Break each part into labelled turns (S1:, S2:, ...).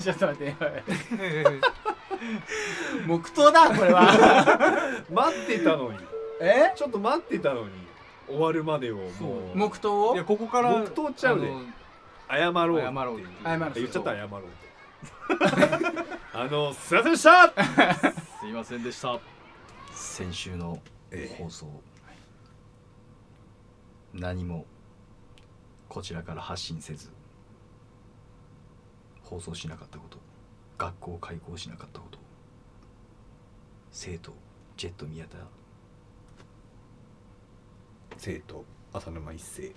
S1: ちょっと待って黙祷だこれは
S2: 待ってたのに
S1: え
S2: ちょっと待ってたのに終わるまでをもう
S1: 黙祷を
S3: いやここから
S2: 黙祷ちゃうで謝ろうって
S3: 謝ろうっていう
S1: 謝ろう
S2: 言っちゃったら謝ろうってあのすいませんでした
S3: すいませんでした先週の放送、何もこちらから発信せず放送しなかったこと学校を開校しなかったこと生徒ジェット宮田
S2: 生徒浅沼一世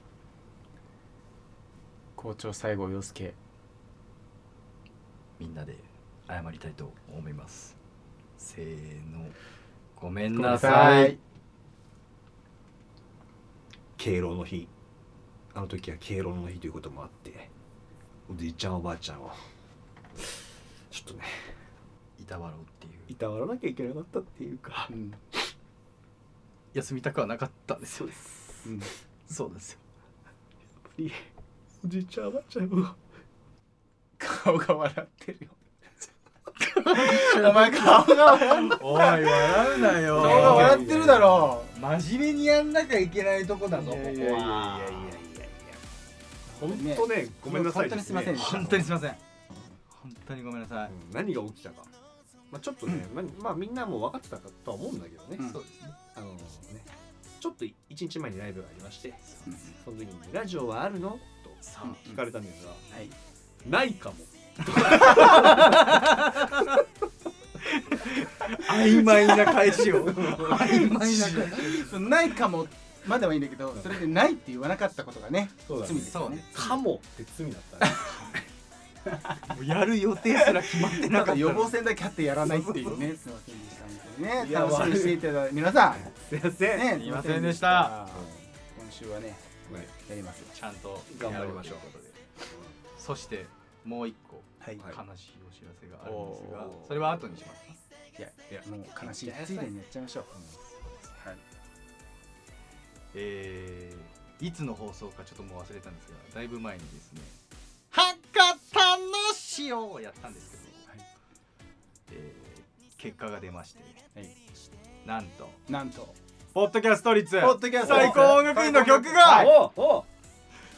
S1: 校長西郷陽介
S3: みんなで謝りたいと思いますせーのごめんなさい
S2: 敬老の日あの時は敬老の日ということもあっておじいちゃんおばあちゃんをちょっとね
S3: いたわろうっていう
S2: いたわらなきゃいけなかったっていうか
S1: うん
S3: 休みたくはなかったんですよね
S2: す
S1: うん
S3: そうですよ
S2: おじいちゃんおばあちゃんを
S1: 顔が笑ってるよお前顔が笑って
S3: おい笑うなよ
S1: 顔が笑ってるだろ
S3: 真面目にやんなきゃいけないとこだぞここ
S2: いやいやいやいやい
S3: は
S2: や本当ねごめんなさ
S1: 本
S2: い
S1: 当にすいませんでした
S3: 本当にすいません本当にごめんなさい、
S2: うん何が起きたか、まあ、ちょっとね、ままあみんなもう分かってたかとは思うんだけどね、
S1: うん
S3: そうですね
S2: あのねちょっと一日前にライブがありまして
S1: うん
S2: その時に「ラジオはあるの?」と
S3: さ
S1: うん
S2: 聞かれたんですが
S1: はい
S2: 「ないかも
S3: あ曖昧な返しを曖昧な返し
S1: そのないかもまではいいんだけどそれでないって言わなかったことがね」
S2: そうだ
S1: 罪
S2: ね
S1: ですよね
S2: 「かも」って罪だったね
S3: もうやる予定すら決まって
S1: な
S3: な
S1: ん
S3: か
S1: か
S3: った
S1: 予防線だけあってやらないっていうねすいませんでした本当に
S2: い
S1: ね
S2: や
S1: 楽しみにしていただいて皆さ
S2: すいませ
S1: ん
S2: ん、
S1: ね
S3: すいませんでした
S1: 今週はね
S2: はい
S1: やりますよ
S3: ちゃんと
S2: 頑張りましょう
S3: やろといことでそしてもう一個
S1: はい
S2: はい
S3: 悲しいお知らせがあるんですが
S1: おー
S3: それは後にしますか
S1: いや
S2: いや
S1: もう悲しいついでにやっちゃいましょうはい
S3: えーいつの放送かちょっともう忘れたんですがだいぶ前にですね「博多の塩」をやったんですけど、
S1: はい
S3: えー結果が出まして
S1: はい
S3: なんと
S1: なんと
S3: ポッドキャスト率
S1: ポッドキャスト
S3: 最高音楽院の曲
S1: は
S3: が
S1: い
S2: おうおう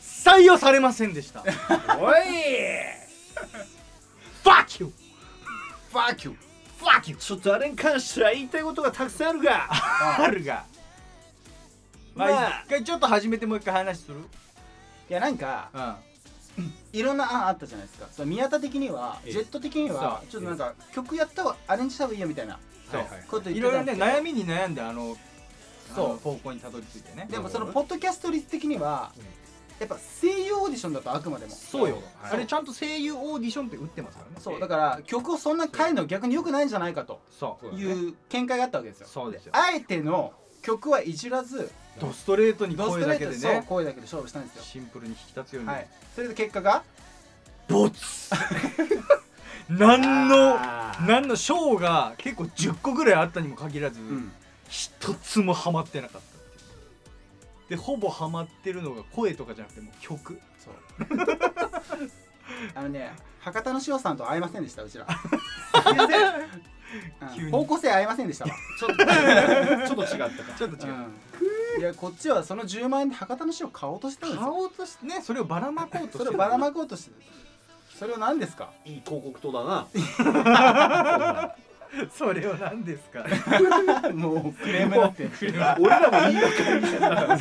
S3: 採用されませんでした
S2: おい
S3: Fuck you!
S1: バーキュー
S3: Fuck you!
S2: ちょっとあれに関しては言いたいことがたくさんあるが
S3: あるがま
S2: ま
S3: あ
S2: あ
S3: 一回ちょっと始めてもう一回話する
S1: いやなんか
S3: うん
S1: いろんな案あったじゃないですかその宮田的には
S2: ええ
S1: ジェット的には
S3: そう
S1: ちょっとなんか曲やった方がアレンジした方がいいよみたいな
S3: そう
S2: はいはい
S1: こと言ってたんですけ
S3: い
S1: ど
S3: ろいろね悩みに悩んであの
S1: そう
S3: あの方向にたどり着いてね
S1: でもそのポッドキャスト率的には
S2: うん
S1: やっぱ声優オーディションだとあくまでも
S3: そうよ、
S2: はい
S3: あれちゃんと声優オーディションって打ってますからね
S1: そうだから曲をそんな変えるの逆に良くないんじゃないかと
S3: そう
S2: そうだ
S1: い
S2: ね
S1: う見解があったわけですよ
S3: そうですよ
S1: あえての曲はいじらず
S3: ドストレートに
S1: ドス
S3: 声
S1: トレ
S3: だ
S1: ー
S3: け
S1: ト
S3: で
S1: でそう
S3: ね
S1: 声だけで勝負したんですよ
S3: シンプルに引き立つように、
S1: はいそれで結果が
S3: ボツ 何の
S2: あ ー
S3: 何の賞が結構10個ぐらいあったにも限らず、
S1: うん
S3: 一つもハマってなかったっていうでほぼハマってるのが声とかじゃなくてもう曲
S1: そうあのね博多の塩さんと会えませんでしたうちら すいません
S3: 急
S1: うん
S3: に
S1: 方向性合いませんでしたわ、
S2: ちょっとちょっと違ったか
S3: ちょっと違う、
S1: うんいやこっちはその10万円で博多の塩買おうとしてたんです
S3: 買
S1: よ
S3: おうとしてねそれをばらまこうとして
S1: それをばらまこうとしてそれを何ですか
S2: いい広告塔だな
S3: それを何ですか
S1: もうクレームだって
S2: 俺らもいいのかみたいな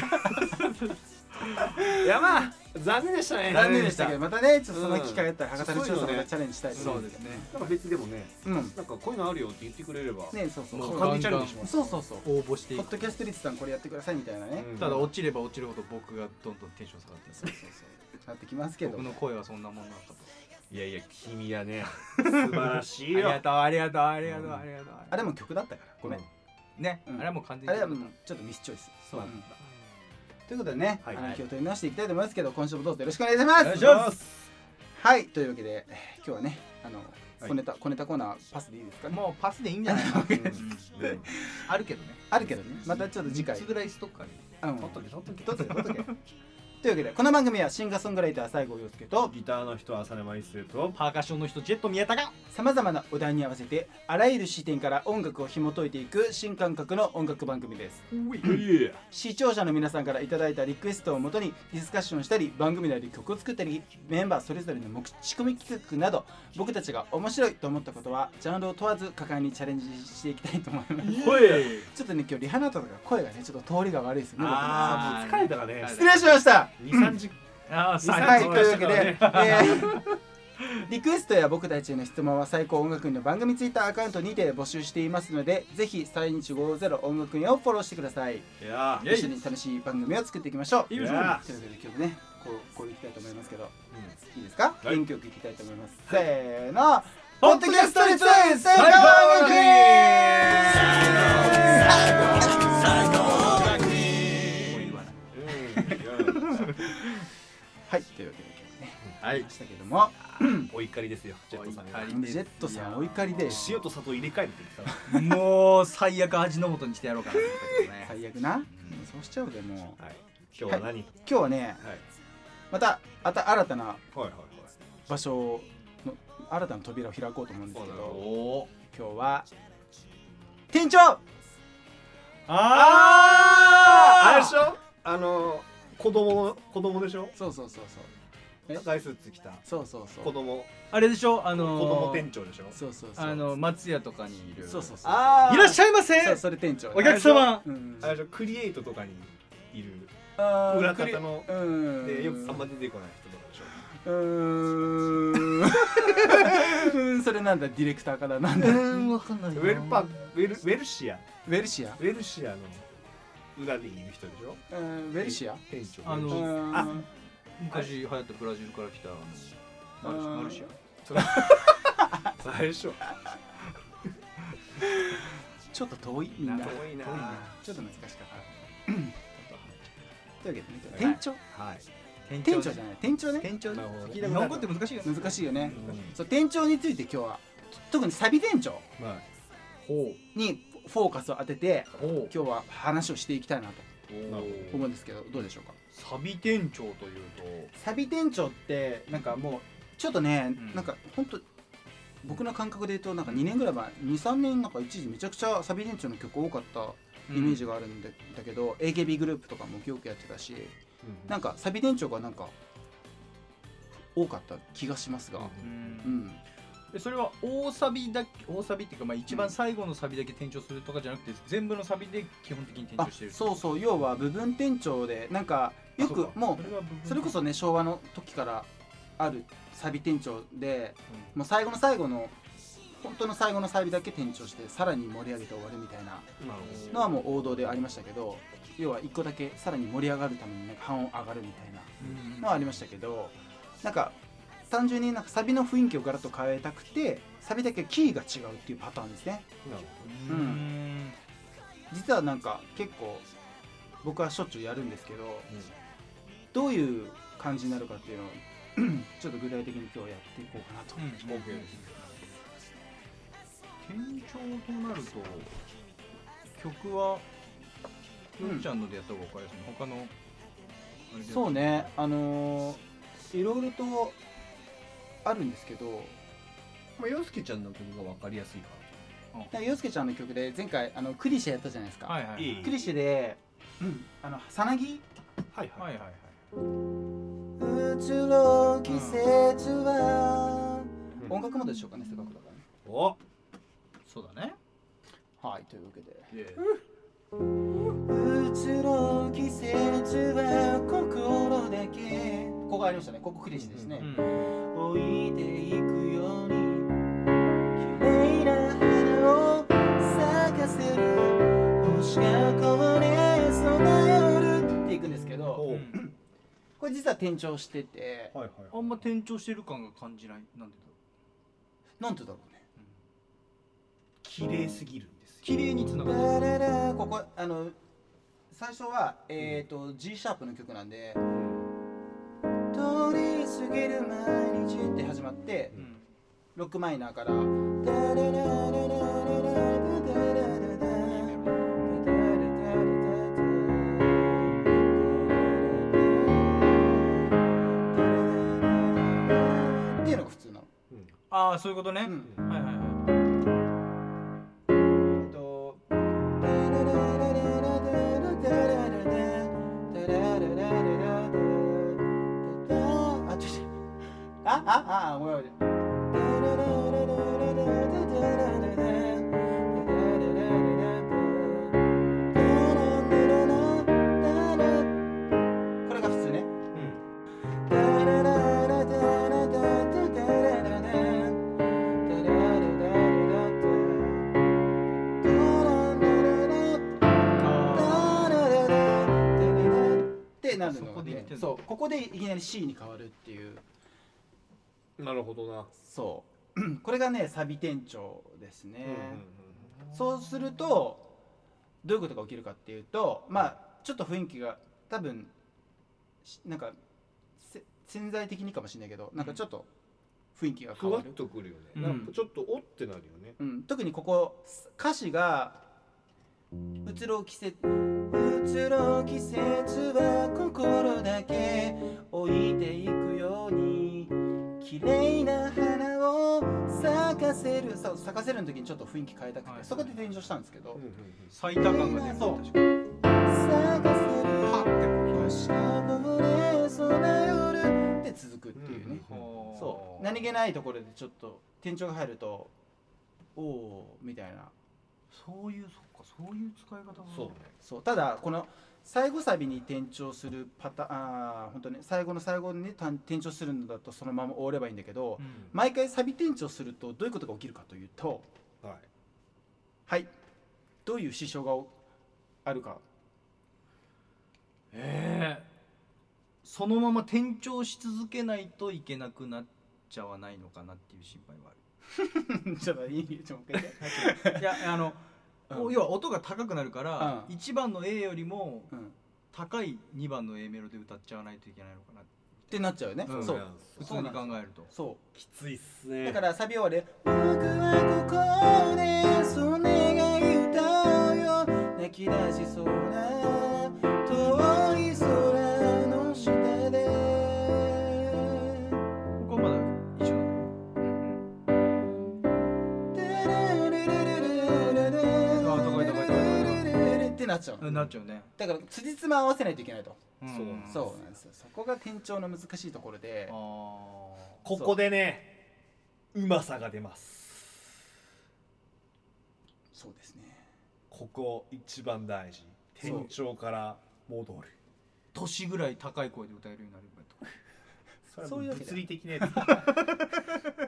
S2: いやまあ残念でしたね
S1: 残念でしたけどまたねちょっとその機会あったら
S2: うん
S1: 博多の塩さんと
S2: そういうの
S1: か
S2: ね
S1: チャレンジしたい
S3: そうですね
S2: なんか別にでもね
S1: うんね
S2: なんかこういうのあるよって言ってくれれば、
S1: そうそう
S3: も
S2: も
S3: う
S2: う
S3: ガンガン
S2: 鏡チャレンジします
S1: そうそうそう
S3: 応募してい
S1: ポ
S3: く
S1: ッドキャスト率さんこれやってくださいみたいなね
S2: うん
S3: ただ落ちれば落ちるほど僕がどんどんテンション下がってます
S1: なってきますけど
S3: 僕の声はそんなもんだったと
S2: いやいや君はね素晴らしい
S3: ありが
S2: よ
S3: とうありがとうありがとう
S2: うん
S3: ありがとう
S1: あれも曲だったからごめん
S3: ね
S1: うん
S3: あれはもう完全
S1: あ
S3: に
S1: れはもうちょっとミスチョイス
S2: そうなんだ
S1: ということでね、
S2: はい
S1: あの気を取り直していきたいと思いますけど今週もどうぞよろしくお願いします
S3: お願いします
S1: はいというわけでえー今日はねあの
S2: い
S1: 小ネタ、小ネタコーナーパスでいいですかね
S3: もうパスでいいんじゃないかあるけどね
S1: あるけどねまたちょっと次回
S3: 3つぐらいストックあるよ
S1: うん
S2: 取っとけ取
S1: 取っと
S2: っとけ
S1: け取っとけとというわけでこの番組はシンガーソングライター西郷陽介と
S4: ギターの人浅沼一生と
S3: パーカッションの人ジェット宮田が
S1: さまざまなお題に合わせてあらゆる視点から音楽を紐解いていく新感覚の音楽番組です視聴者の皆さんからいただいたリクエストをもとにディスカッションしたり番組内で曲を作ったりメンバーそれぞれの持ち込み企画など僕たちが面白いと思ったことはジャンルを問わず果敢にチャレンジしていきたいと思います
S4: ほい
S1: ちょっとね今日リハの後とか声がねちょっと通りが悪いですよね僕
S3: あ
S2: あーもう疲れたらね
S1: 失礼しました
S2: 23時
S4: ああ
S1: はい、というわけで、え ーリクエストや僕たちへの質問は最高音楽院の番組ツイッターアカウントにて募集していますのでぜひ3 1 5 0音楽院をフォローしてください
S2: いや
S4: イェイ
S1: 一緒に楽しい番組を作っていきましょう
S4: いいです
S2: ね
S1: というわけで曲ねこうこういきたいと思いますけど、いいです
S2: は
S1: か、
S2: い
S1: 原曲いきたいと思います、せーのポッドキャストについて最
S4: 最高
S1: 高音
S4: 音
S1: 楽
S4: 楽
S1: はいというわけで曲ね
S3: はい
S1: ましたけども
S2: お怒りですよジェットさんが
S3: はい
S1: ジェットさんお怒りで
S2: 塩と砂糖入れ替えるって言 って
S3: もう最悪味の素にしてやろうかなと思ったけどね
S1: 最悪な、
S3: ん
S1: そうしちゃうでもう
S2: たはい今日は何はい
S1: 今日はねまたあた新たな
S2: はいはい
S1: 場所の新たな扉を開こうと思うんですけ
S2: そう
S1: ど
S3: おー
S1: 今日は店長
S2: あ
S4: あ
S2: れでしょあの子供の子供でしょ
S1: そうそうそうそうえ
S2: 赤いスーツ着た
S1: そうそうそ
S2: 子
S1: う
S2: 供
S4: あれでしょあ
S2: 子
S4: の
S2: 供店長でしょ
S1: そうそうそう
S4: あの
S3: 松屋とかにいる
S1: そうそうそう
S2: あ
S4: いらっしゃいませ
S1: そうそれ店長
S4: お客様
S1: うん
S2: あれでしょクリエイトとかにいる
S1: あー
S2: 裏方の
S1: うん
S2: でよくあんま出てこない人とかでしょ
S1: う ーんうんそれなんだディレクターからなんだ
S4: うんわかんな
S2: ウ
S4: い
S2: ェルパウェルウェルシア
S1: ウェルシア
S2: ウェルシアの裏にいる人でしょ
S1: うんウェルシア
S2: 店長
S4: あ
S1: う
S4: の
S2: ウェルシ
S1: ん
S2: あ
S3: 昔流行ったブラジルから来たあのマルシマルシ
S2: アあれでしょ
S1: ちょっと遠いみんな
S2: 遠いな
S1: 遠ちょっと難しかったというわけでね店長
S2: は
S3: ア
S2: い
S1: 店長じゃない店長ね
S3: 店長
S2: なるほどね
S3: 日本語って難しいよね
S1: 難しいよね
S2: うん
S1: そう店長について今日は特にサビ店長
S2: まあ
S3: ほ
S1: にフォーカスを当てて
S3: うほ
S1: 今日は話をしていきたいなと
S3: う
S2: なる
S1: 思うんですけどどうでしょうか
S3: サビ店長というと
S1: サビ店長ってなんかもうちょっとね、
S3: うん
S1: なんかほんと僕の感覚で言うとなんか2年ぐらい前23年なんか一時めちゃくちゃサビ店長の曲多かったイメージがあるんだ,、だけど AKB グループとかもよくやってたしなんかサビ店長がなんか多かった気がしますが、
S3: う
S1: うんん、
S3: でそれは大サビだけ大サビっていうかまあ一番最後のサビだけ転調するとかじゃなくて全部のサビで基本的に転
S1: あ
S3: 調してる
S1: そうそう要は部分店長でなんかよ
S2: そう
S1: く
S2: か
S1: も
S3: れは部分
S1: うそれこそね昭和の時からあるサビ店長でもう最後の最後の本当の最後のサビだけ転調してさらに盛り上げて終わるみたいな
S2: なる
S3: うん
S1: のはもう王道でありましたけど要は1個だけさらに盛り上がるためになんか半音上がるみたいな
S3: うん
S1: のはありましたけどなんか単純になんかサビの雰囲気をガラッと変えたくてサビだけキーが違うっていうパターンですね
S2: ほどなる
S3: う
S1: うん
S3: ん
S1: 実はなんか結構僕はしょっちゅうやるんですけど
S2: ほど
S1: どういう感じになるかっていうのをちょっと具体的に今日やっていこうかなと
S3: うん、
S2: OK です
S3: 転調となると曲は
S1: うん
S3: よっちゃんのでやった方が分かりやすいね他のあれで
S1: そうねあのーいろいろとあるんですけど
S2: まあ洋介ちゃんの曲が分かりやすいか
S1: なんか洋介ちゃんの曲で前回あのクリシェやったじゃないですか、
S3: はいはいはい
S2: いい
S1: クリシェで、あのさなぎ
S2: はい
S3: はいはいはい
S1: 「移ろう季節は」音楽モードでしょうかねせっかくだからね
S2: お
S3: そうだね
S1: はいというわけで
S3: イエ
S1: 移ろう季節は心だけここがありましたねここクリシェですね、置いていくように綺麗な花を咲かせる星がこれそなよるっていくんですけど
S2: お
S1: これ実は転調してて
S2: はいはい
S3: あんま転調してる感が感じないなんでだろ
S1: なんてだろうね
S3: う、
S2: 綺麗すぎるんですよ
S3: 綺麗につながっ
S1: ラララここあの最初はえっ、ー、と G シャープの曲なんで「通り過ぎる毎日」って始まって
S3: てる、うん
S1: ロックマイナーから「ダララララララダララララ
S3: う
S1: 「
S4: ああそういうことね、
S1: うん
S4: はいはいはい
S1: えっとあちょちょあああごめんごめんこれが普通ね
S4: うん
S1: ってなるのがね
S3: そこでいけんの
S1: そうここでいきなり C に変わるっていう
S2: なるほどな、
S1: そう これがねサビ店長ですね、そうするとどういうことが起きるかっていうとまあちょっと雰囲気が多分しなんかせ潜在的にかもしれないけどなんかちょっと雰囲気が変
S2: ふわ
S1: わ
S2: っ
S1: る、
S2: とくるよね、
S4: うん
S2: なんかちょっとおってなるよね
S1: うん、特にここ歌詞が「うつろう季節」うつろう季節は心だけ置いていくように綺麗な花を咲かせるそう咲かせるの時にちょっと雰囲気変えたくて、
S4: はい
S1: そこで転調したんですけど、
S4: 最多感が出る
S1: そう
S4: 確かに
S1: 咲かせる明日のれそな夜って続くっていうね、そう何気
S3: い
S1: ないところでちょっと転調が入るとおおみたいな
S3: そういうそっかそういう使い方が
S2: そうね
S1: そうただこの最後サビに転調するパターンあー本当ね最後の最後にねた転調するのだとそのまま終わればいいんだけど、
S4: うん
S1: 毎回サビ転調するとどういうことが起きるかというと
S2: はい
S1: はいどういう支障がおあるか
S4: え
S3: そのまま転調し続けないといけなくなっちゃわないのかなっていう心配はある
S1: ちょっといいちょっともう一回言って
S4: え いやあの、
S1: うん
S3: 要は音が高くなるから、
S1: うん
S3: 1番の A よりも
S1: うん、っ
S3: 高い2番の A メロで歌っちゃわないといけないのかな
S1: てなっちゃうよね、
S3: うん
S1: そ
S2: いうや
S3: 普通
S1: そう
S3: に
S1: なんです
S3: 考
S1: よ
S3: えると
S1: そう
S2: きついっすね
S1: だからサビ終わり「僕はここでそれが歌うよ」「泣き出しそうな遠い空の下で」
S3: ここはまだ一緒なのあ高い高い高い
S1: ってなっちゃう
S3: うんなっちゃうね、
S1: だから辻褄合わせないといけないと、
S3: うん
S2: そう
S1: そうなんですよそこが転調の難しいところで
S3: あー
S2: ここでねうまさが出ます
S1: そうですね
S2: ここ一番大事
S1: そう
S2: 転調から戻る
S3: 年ぐらい高い声で歌えるようになればいいと
S2: そ
S1: そういうわけだ
S2: 的な やつ
S1: で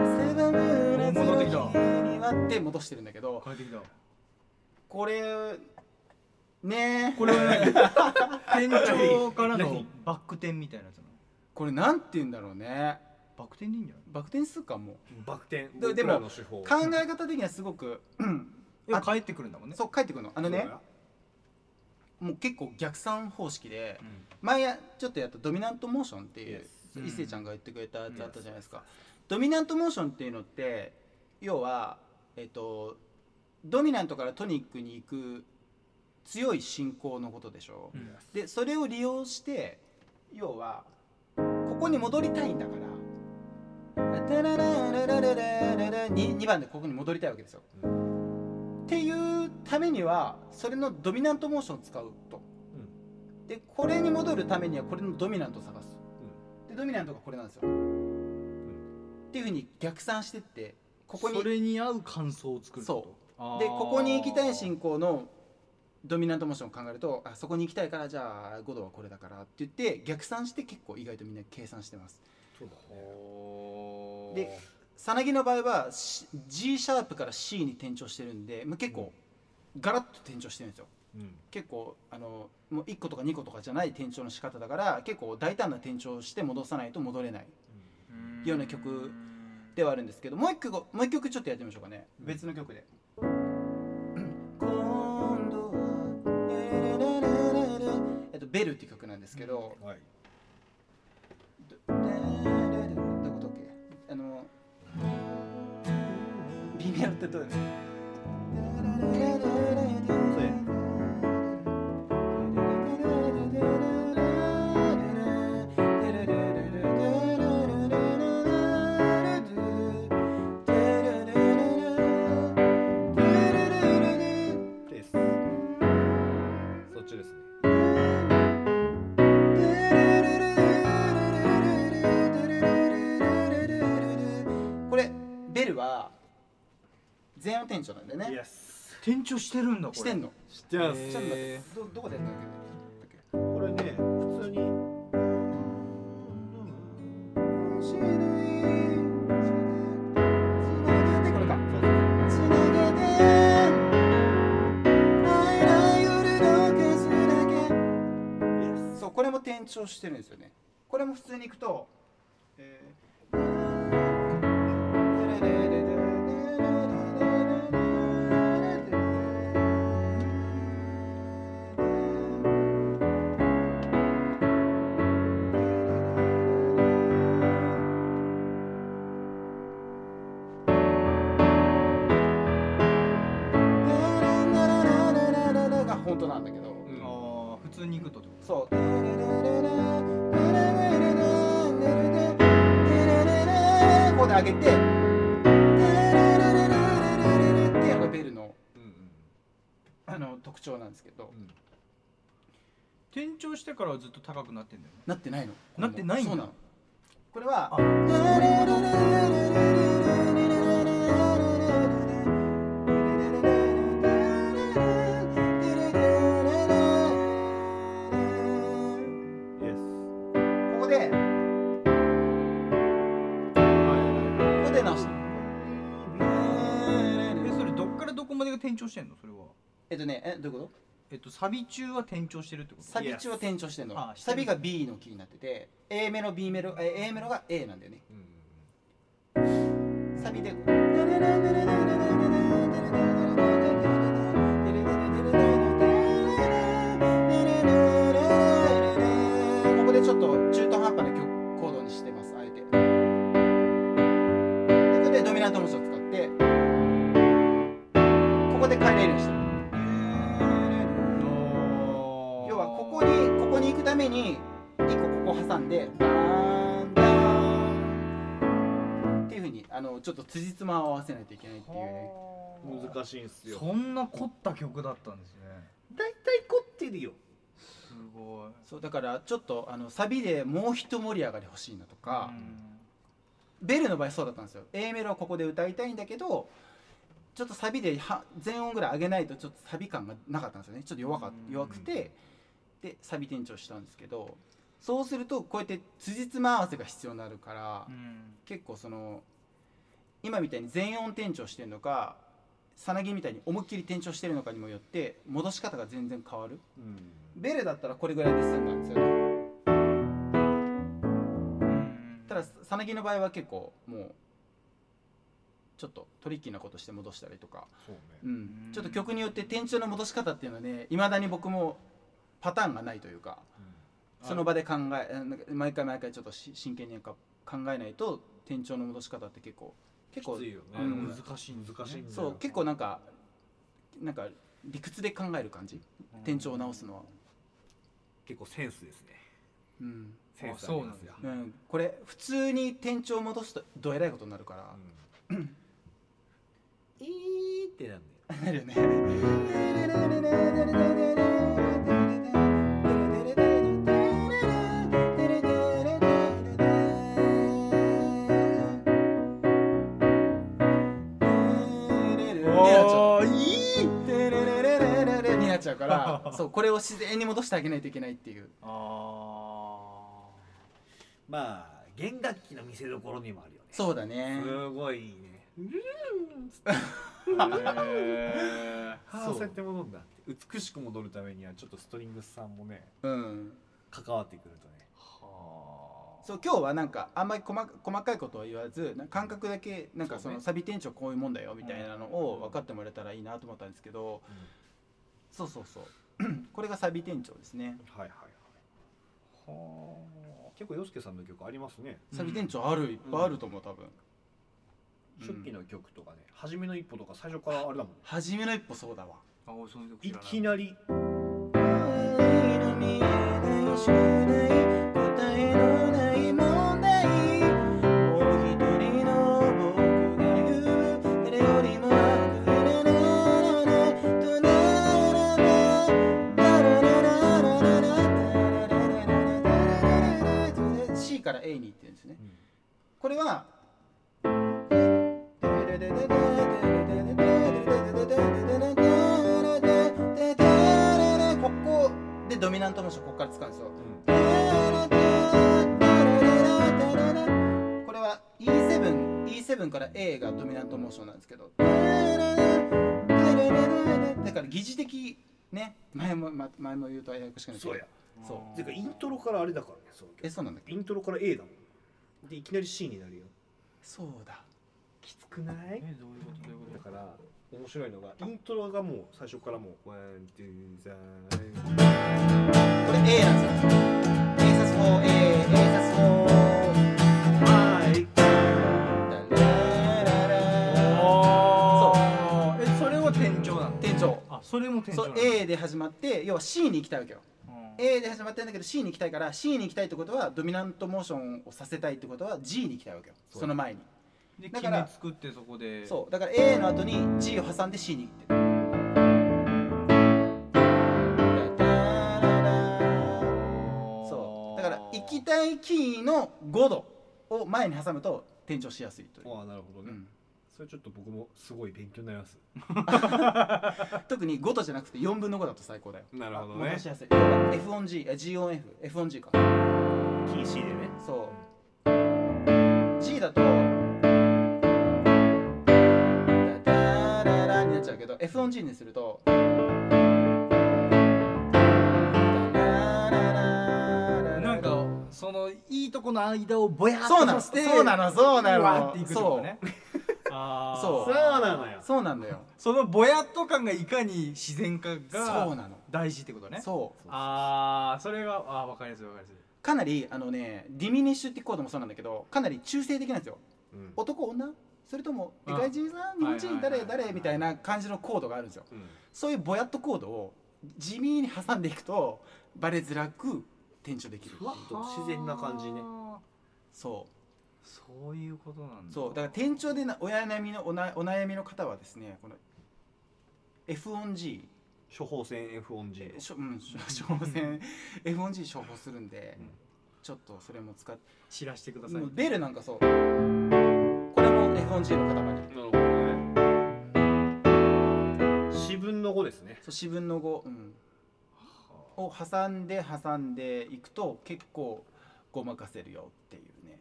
S3: 戻ってきた
S1: って戻してるんだけど
S3: 変えてきた
S1: これねえ
S3: これは何 転調からの
S2: 何
S3: バック転みたいなやつなの
S1: これなんて言うんだろうね
S3: バック転でいいんじゃない
S1: バク転数かも
S2: バク転
S1: でで
S2: 僕
S1: も
S2: らの手法
S1: 考え方的にはすごく、うん、
S3: いや帰ってくるんだもんね
S1: そう帰ってくるのあのね
S2: そうだ
S1: もう結構逆算方式で、
S3: うん
S1: 前やちょっとやったドミナントモーションっていう
S2: Yes
S1: そう
S3: うん
S1: 伊勢ちゃんが言ってくれたやつあったじゃないですか、ドミナントモーションっていうのって要はえっとドミナントからトニックに行く強い進行のことでしょ、
S3: うん
S1: でそれを利用して要はここに戻りたいんだからタララララララララに2番でここに戻りたいわけですよ、
S2: う
S1: っていうためにはそれのドミナントモーションを使うと、でこれに戻るためにはこれのドミナントを探す、でドミナントがこれなんですよ、っていうふうに逆算してってここに
S3: そ
S1: で
S3: れに合う感想を作る
S1: そうここに行きたい進行のドミナントモーションを考えるとあそこに行きたいからじゃあ5度はこれだからって言って逆算して結構意外とみんな計算してます
S2: そうだね
S1: でさなぎの場合は C- G シャープから C に転調してるんで、まあ、結構ガラッと転調してるんですよ
S2: うん
S1: 結構あのもう1個とか2個とかじゃない転調の仕方だから結構大胆な転調をして戻さないと戻れないような曲ではあるんですけどもう一曲もう一曲ちょっとやってみましょうかね、
S2: うん
S1: 別の曲で。今度はえっと「ベル」っていう曲なんですけど、
S2: はい
S1: どどこだっけあの
S2: 「
S1: 微妙ってどうやね
S4: そうや
S2: ですそっちですね
S1: これベルは全音転調なんだよね
S3: 転調してるんだこれ
S1: してんの
S2: 知ってます
S1: ちょっと待ってどどこでやったんだっけ
S2: これね普通に
S1: つなげてこれかつなげて会えない夜の数だけそうこれも転調してるんですよねこれも普通にいくとえーが本当なんだけど、
S3: あー普通に行くとってこ
S1: そう。ここで上げて。っていうのがベルの、あの特徴なんですけど。
S3: と転調してからはずっと高くなってんだよね
S1: なってないの。
S3: なってないんだ
S1: そうの。これは
S3: あ。
S1: ここでここで直した
S3: えそれどっからどこまでが転調してんのそれは
S1: えっとねえどういうこと
S3: えっとサビ中は転調してるってこと
S1: サビ中は転調してんの
S3: あして
S1: サ
S3: る
S1: ビが B のキーになってて A メロ B メロえ A メロが A なんだよねサビでこうここでちょっと中途半端な曲コードにしてますあえてでここでドミナント音色を使ってここで変えれるようにしてる要はここにここに行くために一個ここ挟んでバーンダーンっていうふうにあのちょっと辻褄を合わせないといけないっていうね
S2: 難しいんすよ
S3: そんな凝った曲だったんですね
S2: 大体凝ってるよ
S3: すごい
S1: そうだからちょっとあのサビでもう一盛り上がり欲しいなとか
S3: う、ん
S1: ベルの場合そうだったんですよ A メロはここで歌いたいんだけどちょっとサビでは全音ぐらい上げないとちょっとサビ感がなかったんですよねちょっと弱か
S3: うん
S1: 弱くてでサビ転調したんですけどそうするとこうやって辻褄合わせが必要になるから、
S3: うん
S1: 結構その今みたいに全音転調してるのかさなぎみたいに思いっきり転調してるのかにもよって戻し方が全然変わるベルだったらこれぐらいで済んだんですよね
S3: うん
S1: たださなぎの場合は結構もうちょっとトリッキーなことして戻したりとか、
S2: そうね
S1: うん
S3: うん
S1: ちょっと曲によって転調の戻し方っていうのはねいまだに僕もパターンがないというかその場で考えなんか毎回毎回ちょっとし真剣になんか考えないと転調の戻し方って結構結構
S2: きついよね
S1: うん
S2: 難しい難しいんだよ
S1: そう結構なんかなんか理屈で考える感じ転調を直すのは、
S2: 結構センスですね
S1: うん
S2: センス
S3: あそうなんです
S2: よ
S1: う
S3: ね
S1: ん、これ普通に転調を戻すとどえらいことになるから、
S2: いいってなんだよ
S1: なるよね
S3: あーいい
S1: になっちゃうからそうこれを自然に戻してあげないといけないっていう
S3: あ
S2: まあ弦楽器の見せ所にもあるよね
S1: そうだね
S2: すごいいいね
S3: ーへ
S2: ああそうやって戻るんだって美しく戻るためにはちょっとストリングスさんもね
S1: うん
S2: 関わってくるとね
S1: そう今日はなんかあんまり細か細かいことは言わずなんか感覚だけなんかそ
S2: そう
S1: の
S2: ね
S1: サビ店長こういうもんだよみたいなのを分かってもらえたらいいなと思ったんですけどそうそうそう これがサビ店長ですね
S2: はいはいはいはあ結構洋介さんの曲ありますね
S1: サビ店長あるいっぱいあると思う多分
S2: 初期の曲とかね、初めの一歩とか最初からあれだもんね
S1: 初めの一歩そうだわ
S3: あ俺その時
S2: い
S3: 知らない
S2: きなり
S1: から A に行ってるんですね
S2: うん
S1: これはここでドミナントの人ここから使うんですよこれは E7、E7 から A がドミナントモーションなんですけど。だから疑似的ね、前もま前も言うとややこしくないけど
S2: そうや。
S1: そ
S2: てかイントロからあれだからねその曲
S1: え、そうなんだっけ
S2: イントロから A だもんでいきなり C になるよ
S1: そうだ。
S2: きつくない
S3: えどういうことどういうこと
S2: だから面白いのがイントロがもう最初からもうワン・ツー・ザー
S1: これ A なんですよ。A サス 4A、A サス
S2: はい
S4: あーえそれは天井なの
S1: 4。店長。
S4: あそれも天井
S1: そ
S4: な
S1: う
S4: の
S1: A で始まって、要は C に行きたいわけよ。
S4: え
S1: A で始まってるんだけど C に行きたいから C に行きたいってことはドミナントモーションをさせたいってことは G に行きたいわけよ
S2: そ
S1: そうの前に
S4: で
S1: だ
S4: 決
S1: から
S4: め作ってそこでう
S1: そうだから A の後に G を挟んで C に行ってるそうだから行きたいキーの5度を前に挟むと転調しやすいという、
S2: ああなるほど
S1: う
S2: ね、
S1: ん
S2: それちょっと僕もすごい勉強になります
S1: 特に5度じゃなくて4分の5だと最高だよ
S2: なるほど
S1: 戻
S2: ね
S1: しやすい要は F on G あ G on F F on G か
S2: C でね
S1: そう。G だと。ダララになっちゃうけど、F 音 G にすると。
S4: なんかそのいいとこの間をぼやっと
S1: そうなの、
S4: させて
S1: そうなの、そうな
S4: うわー
S1: の
S4: っていく。ってこ
S1: そ
S4: と
S1: う
S4: ね。 あー
S1: そう
S2: そうなのよ
S1: そうなんだよ。
S4: そのぼやっと感がいかに自然か
S1: そう
S4: が
S1: なの。
S4: 大事ってことね
S1: そう。
S4: ああそれがあーわかりやすいわかりやすい
S1: かなりあのね、ディミニッシュってコードもそうなんだけど、かなり中性的なんですよ。
S2: うん
S1: 男女それとも
S4: うん
S1: 世界人さん日本人
S4: はいはいはい
S1: 誰
S4: はい
S1: 誰みたいな感じのコードがあるんですよ。
S2: うん
S1: そういうぼやっとコードを地味に挟んでいくとバレづらく転調できる
S2: ふわっと自然な感じね
S4: あ
S1: そ
S4: ーそういうことなん
S1: う
S4: だ
S1: そうだから転調でなお悩みのおなお悩みの方はですねこの F 音 G
S2: 処方箋 F オン G
S1: しょ、うん、しょ処方箋 F 音 G 処方するんで、
S2: うん
S1: ちょっとそれも使って
S4: 知らしてください
S1: もうベルなんかそうこれも F 音 G の塊
S2: なるほどね四分の五ですね
S1: そう四分の5、うん、を挟んで挟んでいくと結構ごまかせるよっていうね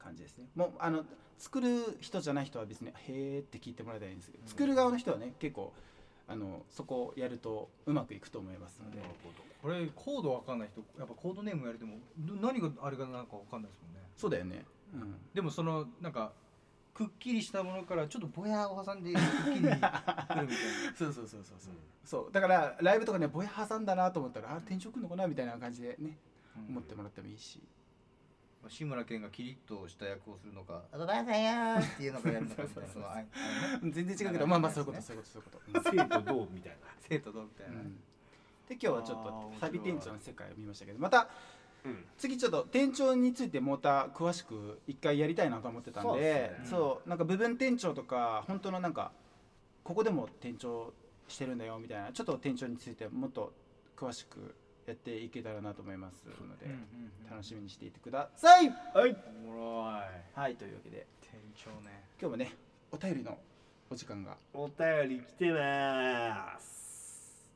S1: 感じですねもうあの作る人じゃない人は別に「へーって聞いてもらいたいんですけど、
S2: うん
S1: 作る側の人はね結構あのそこをやるとうまくいくと思いますので、
S4: これコードわかんない人やっぱコードネームやれてもど何があれがなんかわかんないですもんね
S1: そうだよね、うん、
S4: でもそのなんかくっきりしたものからちょっとぼやを挟んでくっきりくるみたいな
S1: そうそうそうそうそう,、そうだからライブとかねぼや挟んだなと思ったらあ転職くんのかなみたいな感じでね
S4: うん
S1: 思ってもらってもいいし
S4: 志村けんがキリッとした役をするのか「あとばあさんやー」っていうのかやるのかみたいなそのああのね
S1: 全然違うけど
S4: うん
S1: まあまあそういうことそういうことそういうこと、うん
S2: 生と同みたい
S4: 生徒どうみたいな、
S1: うんで今日はちょっ
S4: あー面
S1: と
S4: 白い
S1: サビ店長の世界を見ましたけどまた
S2: なうん
S1: 次ちょっと店長についてまた詳しく一回やりたいなと思ってたんでそ
S2: そ
S1: うう,、
S2: ですね
S1: なんか部分店長とか本当のなんかここでも店長してるんだよみたいなちょっと店長についてもっと詳しくやっていけたらなと思いますので、
S4: うんうんうん
S1: 楽しみにしていてください
S2: はい
S4: おもろい
S1: はいというわけで
S4: 店長ね
S1: 今日もねお便りのお時間が
S2: お便り来てます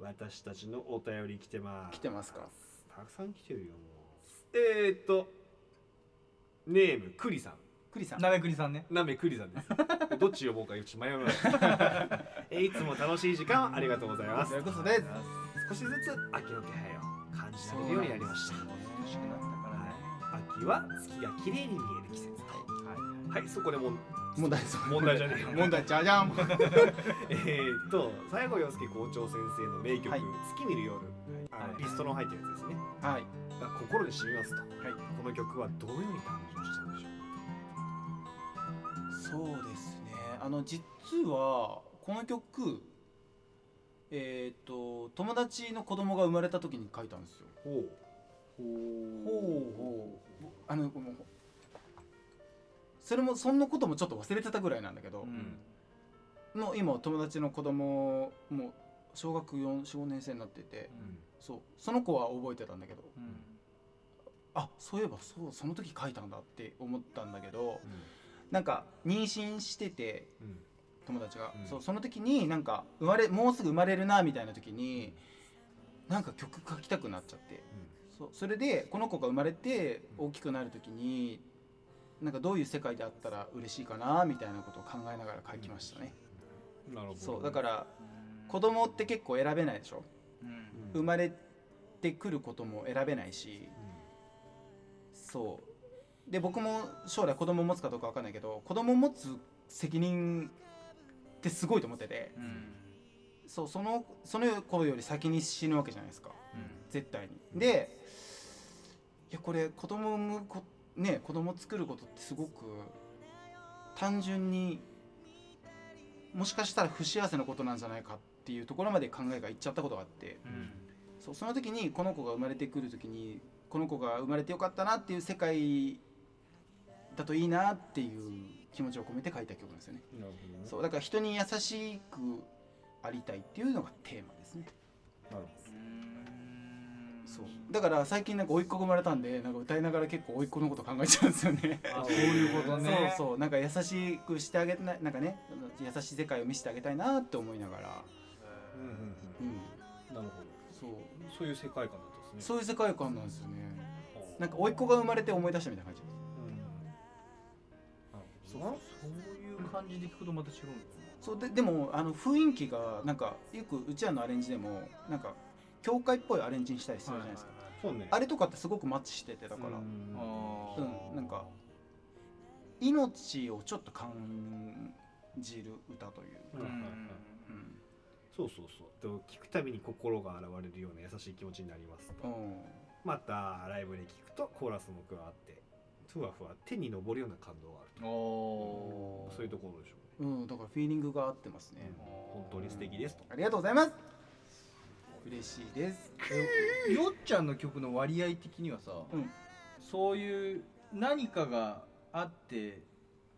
S2: 私たちのお便り来てます
S1: 来てますか
S2: たくさん来てるよもうえー、っとネームクリさん
S1: クリさん
S4: なめくりさんね
S2: なめクリさんです どっち呼ぼうかちょっと迷いました えーいつも楽しい時間をありがとうございます
S1: ということで
S2: 少しずつ秋の気配を感じられるようになりました
S4: 欲しくなったからね
S2: 秋は月が綺麗に見える季節はい、そこでもん
S1: 問題です
S2: 問題じゃねえよ
S1: 問題じゃじゃん
S2: えー、っと最後洋介校長先生の名曲「
S1: はい
S2: 月見る夜」あの
S4: はい
S2: ピストロン入ってるやつですね
S1: はい
S2: が心に染みますと、
S1: い
S2: この曲はどのように誕生したんでしょ
S1: そ
S2: うか
S1: うですねあの実はこの曲えっ、と友達の子供が生まれた時に書いたんですよ
S2: ほう
S1: ほうほうあのもうそれもそんなこともちょっと忘れてたぐらいなんだけど、
S3: ん
S1: もう今友達の子供もう小学45年生になっててそうその子は覚えてたんだけどあそういえばそうその時書いたんだって思ったんだけどなんか妊娠してて
S2: うんうん
S1: 友達が、
S2: うん
S1: そうその時になんか生まれもうすぐ生まれるなみたいな時になんか曲書きたくなっちゃってそうそれでこの子が生まれて大きくなる時になんかどういう世界であったら嬉しいかなみたいなことを考えながら書きましたね、
S2: なるほど
S1: そうだからら子供って結構選べないでしょ
S4: うん
S1: 生まれてくることも選べないしそうで僕も将来子供持つかどうかわかんないけど子供持つ責任ってすごいと思っててそうそのその子より先に死ぬわけじゃないですか絶対に。でいやこれ子供を産むこね子供を作ることってすごく単純にもしかしたら不幸せなことなんじゃないかっていうところまで考えがいっちゃったことがあってそうその時にこの子が生まれてくる時にこの子が生まれてよかったなっていう世界だといいなっていう気持ちを込めて書いた曲なんですよね。
S2: なるほどね
S1: そうだから人に優しくありたいっていうのがテーマですね。
S2: なるほ
S1: そうだから最近なんか甥っ子が生まれたんでなんか歌いながら結構甥っ子のこと考えちゃうんですよね。
S3: あそういうことね
S1: そうそうなんか優しくしてあげななんかね優しい世界を見せてあげたいなって思いながら、
S2: どうんうん
S1: うん、
S2: うんなるほ
S1: そう
S2: どそういう世界観だったんですね
S1: そういう世界観なんですよね。
S2: はあ
S1: なんか甥っ子が生まれて思い出したみたいな感じ。
S2: うんなるほどな
S3: そういう感じで聞くとまた違うんだよね
S1: そうででもあの雰囲気がなんかよくうちらのアレンジでもなんか教会っぽいアレンジにしたりするじゃないですか。
S2: そうね
S1: あれとかってすごくマッチしててだから、
S2: うん
S3: あー
S1: うんなんか命をちょっと感じる歌という。
S2: うん
S3: う
S2: はいはいはい
S3: ん
S1: うん
S2: そうそうそうでも聞くたびに心が洗われるような優しい気持ちになりますと
S1: うん
S2: またライブで聞くとコーラスも加わってふわふわ手に昇るような感動がある
S3: おお
S2: とそういうところでしょ
S1: うん、だからフィーリングが合ってます
S2: うね
S1: ね。
S2: 本当に素敵ですと
S1: ありがとうございます。嬉しいです。
S3: よっちゃんの曲の割合的にはさ、
S1: うん
S3: そういう何かがあって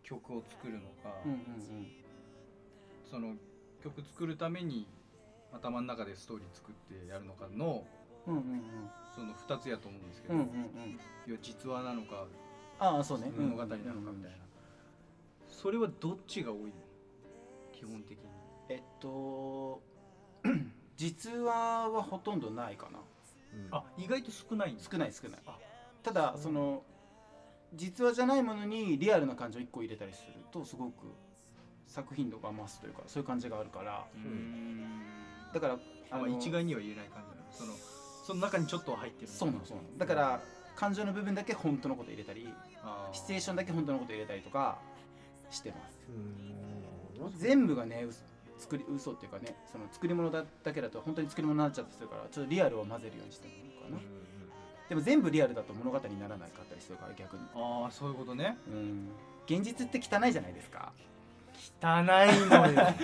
S3: 曲を作るのか、
S1: うんうん
S3: その曲作るために頭の中でストーリー作ってやるのかの
S1: うん。うん
S3: その2つやと思うんですけ
S1: う
S3: ど、
S1: んうん。うんうんうん。
S3: 要は実話なのか
S1: ああ、そうね。
S3: 物語なのかみたいな、それはどっちが多いの基本的に
S1: えっと、 実話はほとんどないかな。
S2: うん
S3: あ意外と少ないんだ
S1: 少ない少ない
S3: あ。
S1: ただ、その、実話じゃないものにリアルな感情を1個入れたりすると、すごく作品度が増すというか、そういう感じがあるから、
S3: う
S2: うん
S3: ん
S1: だから、
S3: あ
S1: あの
S3: まあ一概には言えない感じなのそのその中にちょっとは入ってる
S1: そうなのそうなの。だから、感情の部分だけ本当のこと入れたり、
S3: あー
S1: シチュエーションだけ本当のこと入れたりとかしてま
S2: うん
S1: す全部がね嘘作り嘘っていうかねその作り物だだけだと本当に作り物になっちゃったりするからちょっとリアルを混ぜるようにしてるのかな、でも全部リアルだと物語にならなかったりするから逆に
S3: ああそういうことね
S1: うん現実って汚いじゃないです か
S3: 汚いのよ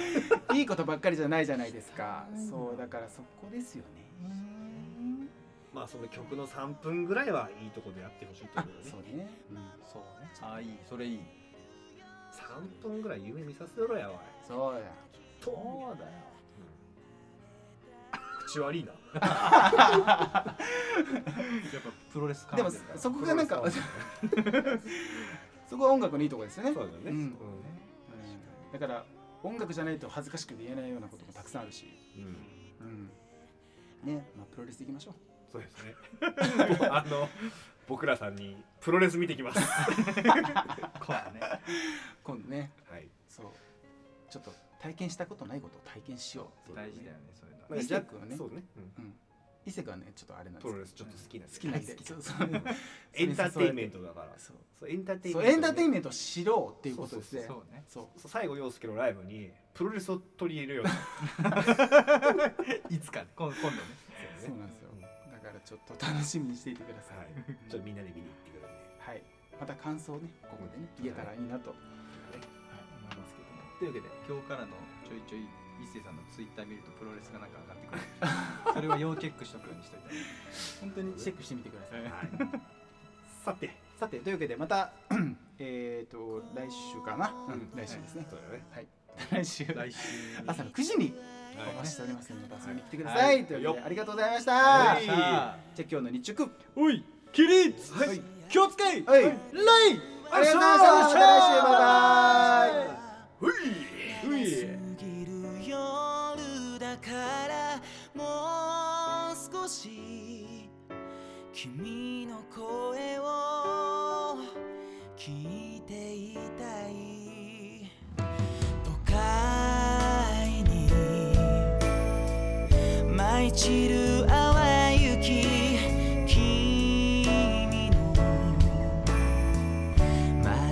S1: いいことばっかりじゃないじゃないですかそうだからそこですよね
S2: まあその曲の3分ぐらいはいいとこでやってほしいって
S1: あ
S2: こと
S1: そ
S2: だね
S1: うね、うん
S3: そうねああいいそれいい
S2: 3分ぐらい夢見させろやわい
S1: そうや
S2: と
S3: うだよ
S2: 口悪いな
S3: やっぱプロレス感
S1: でもそこがなんか そこは音楽のいいとこですよね
S2: そうだね
S1: うん
S2: うん
S1: だから音楽じゃないと恥ずかしくて言えないようなこともたくさんあるし、
S2: うん
S1: うん、ねまあプロレス行きましょう
S2: そうですね あの僕らさんにプロレス見てきます
S3: こうね
S1: 今度ね
S2: はい
S1: そうちょっと体験したことないことを体験しよう
S3: 大事だよねそういうの
S1: まあ
S2: 伊
S1: 伊
S2: 勢
S1: 勢
S2: 君
S1: 君
S2: は
S1: は
S2: ね
S1: ね
S2: そうねうん
S1: 伊勢くはねちょっとあれなんで
S2: プ
S1: すけ
S2: ロレスちょっと好きなんです
S1: 好きなんで
S2: 好
S1: そう
S2: き
S1: そう
S2: エンターテインメントだから
S1: そう
S2: そうエンターテイン
S1: そう
S2: メント
S1: エンターテイン
S2: ン
S1: メントを知ろうっていうことですね
S3: そうね
S1: そう
S2: ト最後陽介のライブにプロレスを取り入れ るようになっ
S3: いつかね今今度ね
S2: たんで
S1: そうなんで
S2: すよね
S1: すよ
S2: うん
S1: だからちょっと楽しみにしていてください
S2: はいちょっとみんなで見に行ってくださいね
S1: はいまた感想ねここでね言えたらいいなと、はい
S3: というわけで今日からのちょいちょい一星さんのツイッター見るとプロレスがなんか上がってくるそれは要チェックしとくようにしといたらいい
S1: 本当にチェックしてみてください
S2: はい、さて
S1: さてというわけでまた えっと来週かな、うん、来週ですね、
S2: そうだね
S1: 来週
S3: 来週に
S1: 朝の9時にお
S2: はい
S1: 待ちしておりますのでまた遊びに来てくだ
S2: は
S1: さい
S2: い
S1: というわけで
S2: よ
S1: ありがとうございました
S2: は
S1: じ
S2: い
S1: ゃ
S3: さあ
S1: あ今日の日直
S2: おい起立
S1: はい
S2: 気をつけい
S1: はい
S2: 礼
S1: ありがとうございましたまた来週バイバイ
S2: ういう
S5: 長
S2: い
S5: すぎる夜だからもう少し君の声を聞いていたい都会に舞い散る淡い雪君の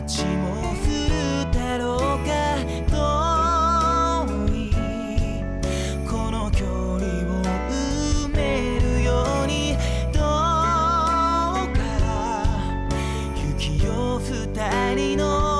S5: 街も降るだろうか遠いこの距離を埋めるようにどうか雪よ二人の